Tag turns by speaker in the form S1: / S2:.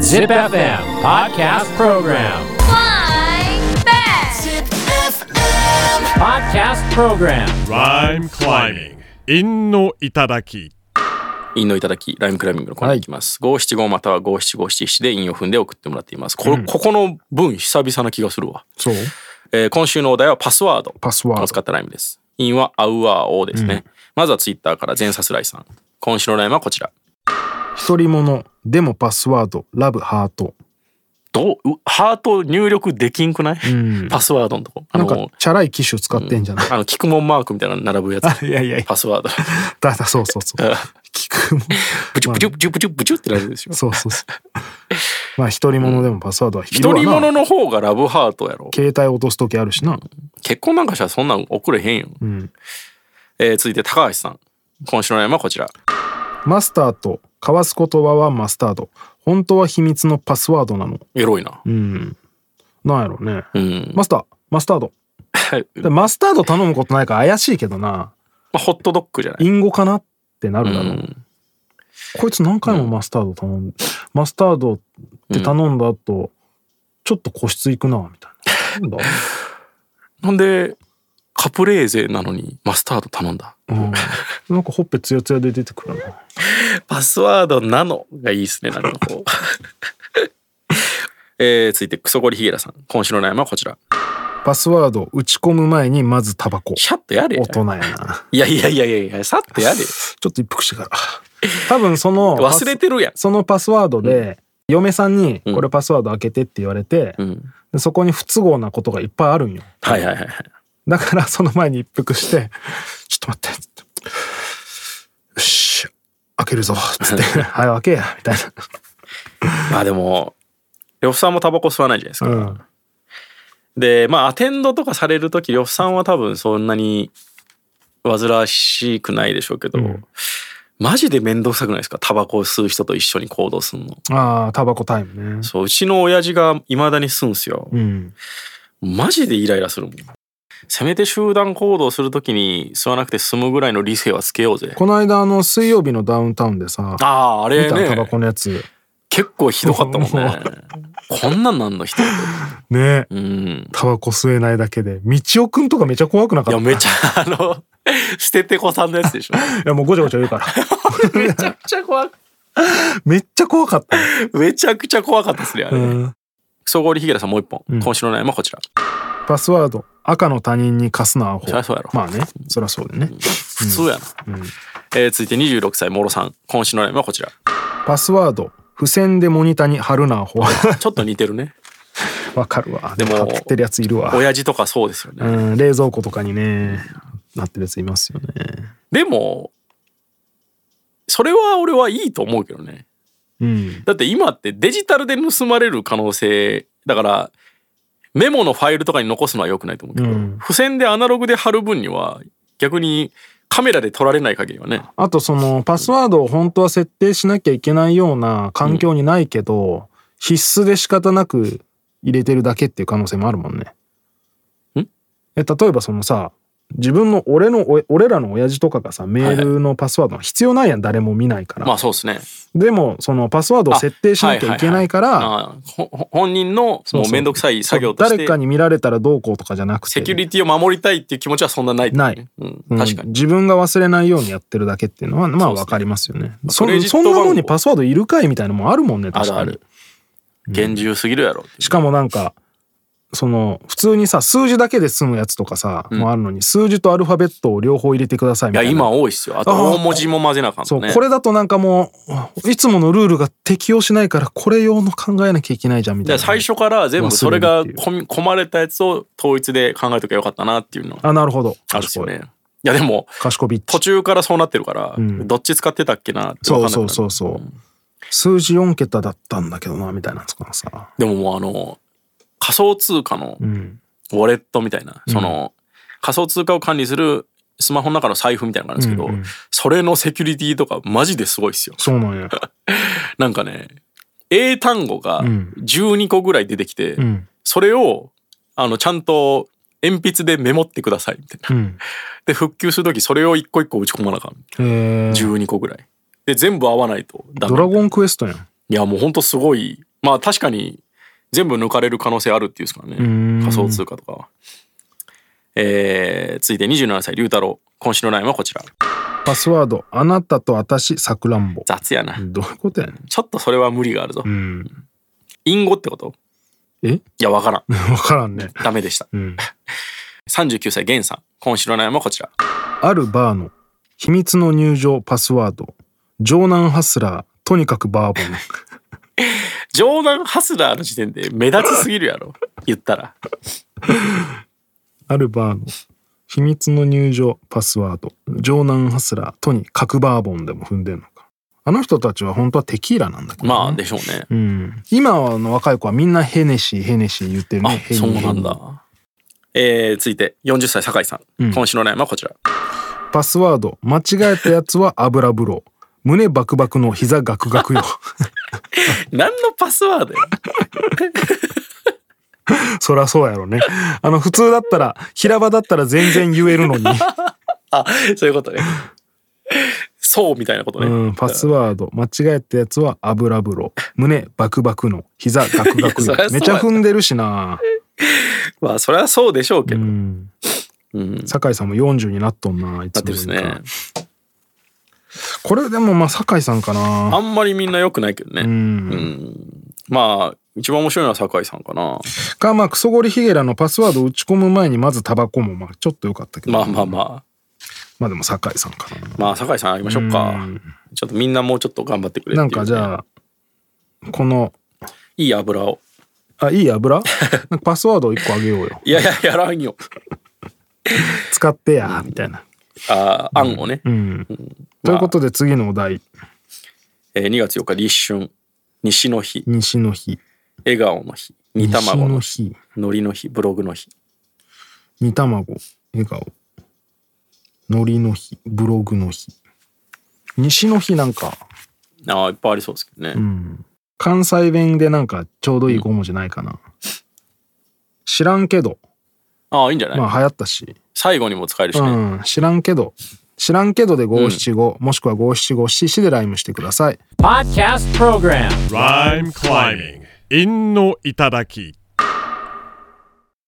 S1: Zip FM Podcast Program.
S2: Flying back.
S1: Podcast Program.
S3: Rhyme climbing. 陰の頂き。
S4: 陰のいただき、ライムクライミングのコーナーいきます。五七五または五七五七七で陰を踏んで送ってもらっています。こ,、ここの文、久々な気がするわ。
S5: そう
S4: えー今週のお題はパスワード
S5: パスワード
S4: を使ったライムです。陰はアウアーオーですね。まずはツイッターから全サスライさん。今週のライムはこちら。
S5: 独り者でもパスワードラブハート
S4: どううハート入力できんくない、 パスワードのとこ。あ
S5: な
S4: の
S5: んかチャラい機種使ってんじゃない、
S4: あの、キクモンマークみたいなの並 ぶやつ。
S5: いやいやいや
S4: パスワード。
S5: だだそうそうそう聞くもん
S4: ブチュブチュブチュブチュブチュってなるでしょ。
S5: そうそうそうまあ独り者でもパスワードは一
S4: 一人者の方がラブハートやろ。
S5: 携帯落とす時あるしな
S4: 結婚なんかしたらそんなん送れへんよ。えー続いて高橋さん。今週のライムはこちら。
S5: マスターと交わす言葉はマスタード本当は秘密のパスワードなの
S4: エロいな。
S5: なんやろね、
S4: うん。
S5: マスターマスタードでマスタード頼むことないから怪しいけどな
S4: まあ、ホットドッグじゃない。
S5: インゴかなってなるだ
S4: う
S5: ろう、
S4: ん
S5: こいつ何回もマスタード頼んで、マスタードって頼んだ後、ちょっと個室行くなみたい ななんだ、
S4: なんで、カプレーゼなのにマスタード頼んだ。
S5: うん、なんかほっぺツヤツヤで出てくるな
S4: パスワードなのがいいですね、なんかこう。 えー、続いて、クソゴリヒゲラさん。今週のライムはこちら。
S5: パスワード打ち込む前にまずタバコ
S4: シャッとやれ。
S5: 大人やな
S4: やいやいやいやいや、さっとやれ。
S5: ちょっと一服 してから多分その
S4: 忘れてるやん
S5: パスそのパスワードで、嫁さんに「
S4: ん
S5: これパスワード開けて」って言われて、
S4: ん
S5: でそこに不都合なことがいっぱいあるんよ
S4: はいはいはいはい。
S5: だからその前に一服して「ちょっと待って」つって「よし開けるぞ」つって「はい開けや」みたい
S4: まあでも、呂布さんもタバコ吸わないじゃないですか。
S5: な、うん、
S4: で、まあ、アテンドとかされるとき、呂布さんは多分そんなに煩わしくないでしょうけど、マジで面倒くさくないですかタバコを吸う人と一緒に行動するの。
S5: ああタバコタイムね
S4: そう、うちの親父が未だに吸うんすよ。
S5: うん
S4: マジでイライラするもん。せめて集団行動するときに吸わなくて済むぐらいの理性はつけようぜ。
S5: この間あの水曜日のダウンタウンでさ
S4: ああ、あ
S5: 見
S4: れ
S5: たタバ
S4: ね、
S5: コのやつ
S4: 結構ひどかったもんね。こんなんなんの人。
S5: ね
S4: うん。
S5: タバコ吸えないだけで道夫くんとかめちゃ怖くなか
S4: い
S5: っ
S4: や、
S5: た
S4: めちゃ、あの、捨ててこさんのやつでしょ。
S5: いやもうごちゃごちゃ言うから
S4: めちゃくちゃ怖く、
S5: めっちゃ怖かった、
S4: めちゃくちゃ怖かったですね、あれ。
S5: うん
S4: 総合リヒゲラさんもう一本、今週の悩みはこちら
S5: パスワード赤の他人に貸すなアホ
S4: そりゃそうやろ
S5: まあねそりゃそうだよね、
S4: 普通やな、えー続いて26歳もろさん今週の悩みはこちら
S5: パスワード付箋でモニタに貼るなアホ
S4: ちょっと似てる ね
S5: わかるわ。
S4: で
S5: で
S4: も
S5: も、貼ってるやついるわ。
S4: 親父とかそうですよね、
S5: うん、冷蔵庫とかにね、なってるやついますよね。
S4: でもそれは俺はいいと思うけどね
S5: うん。
S4: だって今ってデジタルで盗まれる可能性だからメモのファイルとかに残すのは良くないと思うけど、
S5: うん
S4: 付箋でアナログで貼る分には逆にカメラで撮られない限りはね
S5: あと、その、パスワードを本当は設定しなきゃいけないような環境にないけど、必須で仕方なく入れてるだけっていう可能性もあるもんね。
S4: ん
S5: え、例えばそのさ、自分の俺のお俺らの親父とかがさメールのパスワード必要ないやん誰も見ないから、
S4: まあそうですね
S5: でもそのパスワードを設定しなきゃいけないから、
S4: あーほほ本人の
S5: う
S4: も
S5: そう
S4: うめんどくさい作業として
S5: 誰かに見られたらどうこうとかじゃなくて
S4: セキュリティを守りたいっていう気持ちはそんなない、
S5: ない
S4: うん、
S5: うん
S4: 確かに。
S5: 自分が忘れないようにやってるだけっていうのはまあ
S4: そうですね
S5: わかりますよね
S4: まあ
S5: そ
S4: クレジット
S5: そんな
S4: 番号
S5: のにパスワードいるかいみたいなのもあるもんね
S4: あ
S5: 確
S4: る
S5: か
S4: あ
S5: に
S4: る。厳重すぎるやろっていう。
S5: しかもなんかその普通にさ数字だけで済むやつとかさ、もあるのに数字とアルファベットを両方入れてくださいみ
S4: い
S5: た
S4: や、
S5: いな
S4: 今多いっすよ。あと
S5: あー
S4: 大文字も混ぜなあかん
S5: そ
S4: の
S5: う、
S4: ね。
S5: これだとなんかもういつものルールが適用しないからこれ用の考えなきゃいけないじゃんみたい
S4: で
S5: な
S4: 最初から全部それが
S5: 忘れるっていう
S4: 込み込まれたやつを統一で考えとけばよかったなっていうのは
S5: あなるほど
S4: あるっすよね。いや、でも
S5: 賢びっち
S4: 途中からそうなってるから、
S5: ん
S4: どっち使ってたっけなって分
S5: そ
S4: かん
S5: う
S4: なくな
S5: そう
S4: る
S5: そうそう数字4桁だったんだけどなみたいなのとかさ
S4: でももうあの、仮想通貨の
S5: うん
S4: ウォレットみたいな、その仮想通貨を管理するスマホの中の財布みたいなのがあるんですけど、
S5: うんうん
S4: それのセキュリティとかマジですごいっすよ。
S5: そ うなんや
S4: なんかね、英単語が
S5: ん
S4: 12個ぐらい出てきて、
S5: うん
S4: それを、あの、ちゃんと鉛筆でメモってください、みたいな。
S5: うん
S4: で、復旧するとき、それを一個一個打ち込まなあかん。
S5: えー
S4: 12個ぐらい。で全部合わないとダメ
S5: ドラゴンクエストやん。
S4: いやもうほんとすごいまあ確かに全部抜かれる可能性あるっていうんですからね
S5: ん
S4: 仮想通貨とかはえー、続いて27歳龍太郎今週のラインはこちら
S5: パスワード、あなたと私、さくら んぼ。
S4: 雑やな
S5: どういうことやねん。
S4: ちょっとそれは無理があるぞ
S5: うん。
S4: 隠語ってこと
S5: え
S4: いやわからん
S5: わからんね。
S4: ダメでした
S5: うん。
S4: 39歳源さん今週の悩みはこちら
S5: あるバーの秘密の入場パスワード、城南ハスラー、とにかくバーボン。
S4: 冗談ハスラーの時点で目立ちすぎるやろ言ったら
S5: あるバーの秘密の入場パスワード、城南ハスラー、とにかくバーボンでも踏んでんのか。あの人たちは本当はテキーラなんだけどね、
S4: まあでしょうね
S5: うん、今の若い子はみんなヘネシーヘネシー言ってるね
S4: あ
S5: ヘニー
S4: そうなん
S5: ヘニー
S4: だえー、続いて40歳酒井さん、
S5: うん
S4: 今週の悩みはこちら
S5: パスワード間違えたやつは油風呂胸バクバクの膝ガクガクよ
S4: 何のパスワードや
S5: そりゃそうやろねあの普通だったら平場だったら全然言 えるのに、
S4: あ そういうことねそうみたいなことね、
S5: うん、パスワード間違えたやつは油風呂胸バクバクの膝ガクガク
S4: いや
S5: よ
S4: そりゃそうや
S5: めちゃ踏んでるしな、
S4: まあそれはそうでしょうけ
S5: う
S4: ど、
S5: ん、
S4: うん、
S5: 酒井さんも40になっとんない
S4: だっ
S5: つ
S4: てです
S5: の間にか
S4: ね
S5: これでもまあ酒井さんか
S4: あ
S5: なん
S4: まりみんな良くないけどね、
S5: うん
S4: うんまあ一番面白いのは酒井さんかな
S5: かまあクソゴリヒゲラのパスワードを打ち込む前にまずタバコもまあちょっと良かったけど
S4: まあまあま
S5: まあでも酒井さんかな
S4: あまあ酒井さんあげましょうか
S5: うん
S4: ちょっとみんなもうちょっと頑張ってくれってい
S5: な
S4: うん
S5: かじゃあこの
S4: いい油を
S5: あいい 油なんかパスワードを1個あげようよ
S4: いやいややらんよ
S5: 使ってやみたいな
S4: あー案をね、
S5: うんということで次のお題
S4: えー2月4日立春西の日
S5: 西の日
S4: 笑顔の日煮
S5: 西
S4: 卵
S5: の
S4: の日
S5: 日
S4: 海苔の日ブログの日
S5: 煮卵笑顔海苔の日ブログの日西の日なんか、
S4: ああいっぱいありそうですけどね、
S5: うん、関西弁でなんかちょうどいい5文字ないかな、知らんけど
S4: ああいいんじゃない、
S5: まあ流行ったし、
S4: 最後にも使えるしね、
S5: うん、知らんけど知らんけどで五七五もしくは五七五七七でライムしてください
S1: Podcast Program.
S3: Rhyme climbing. 陰の頂き。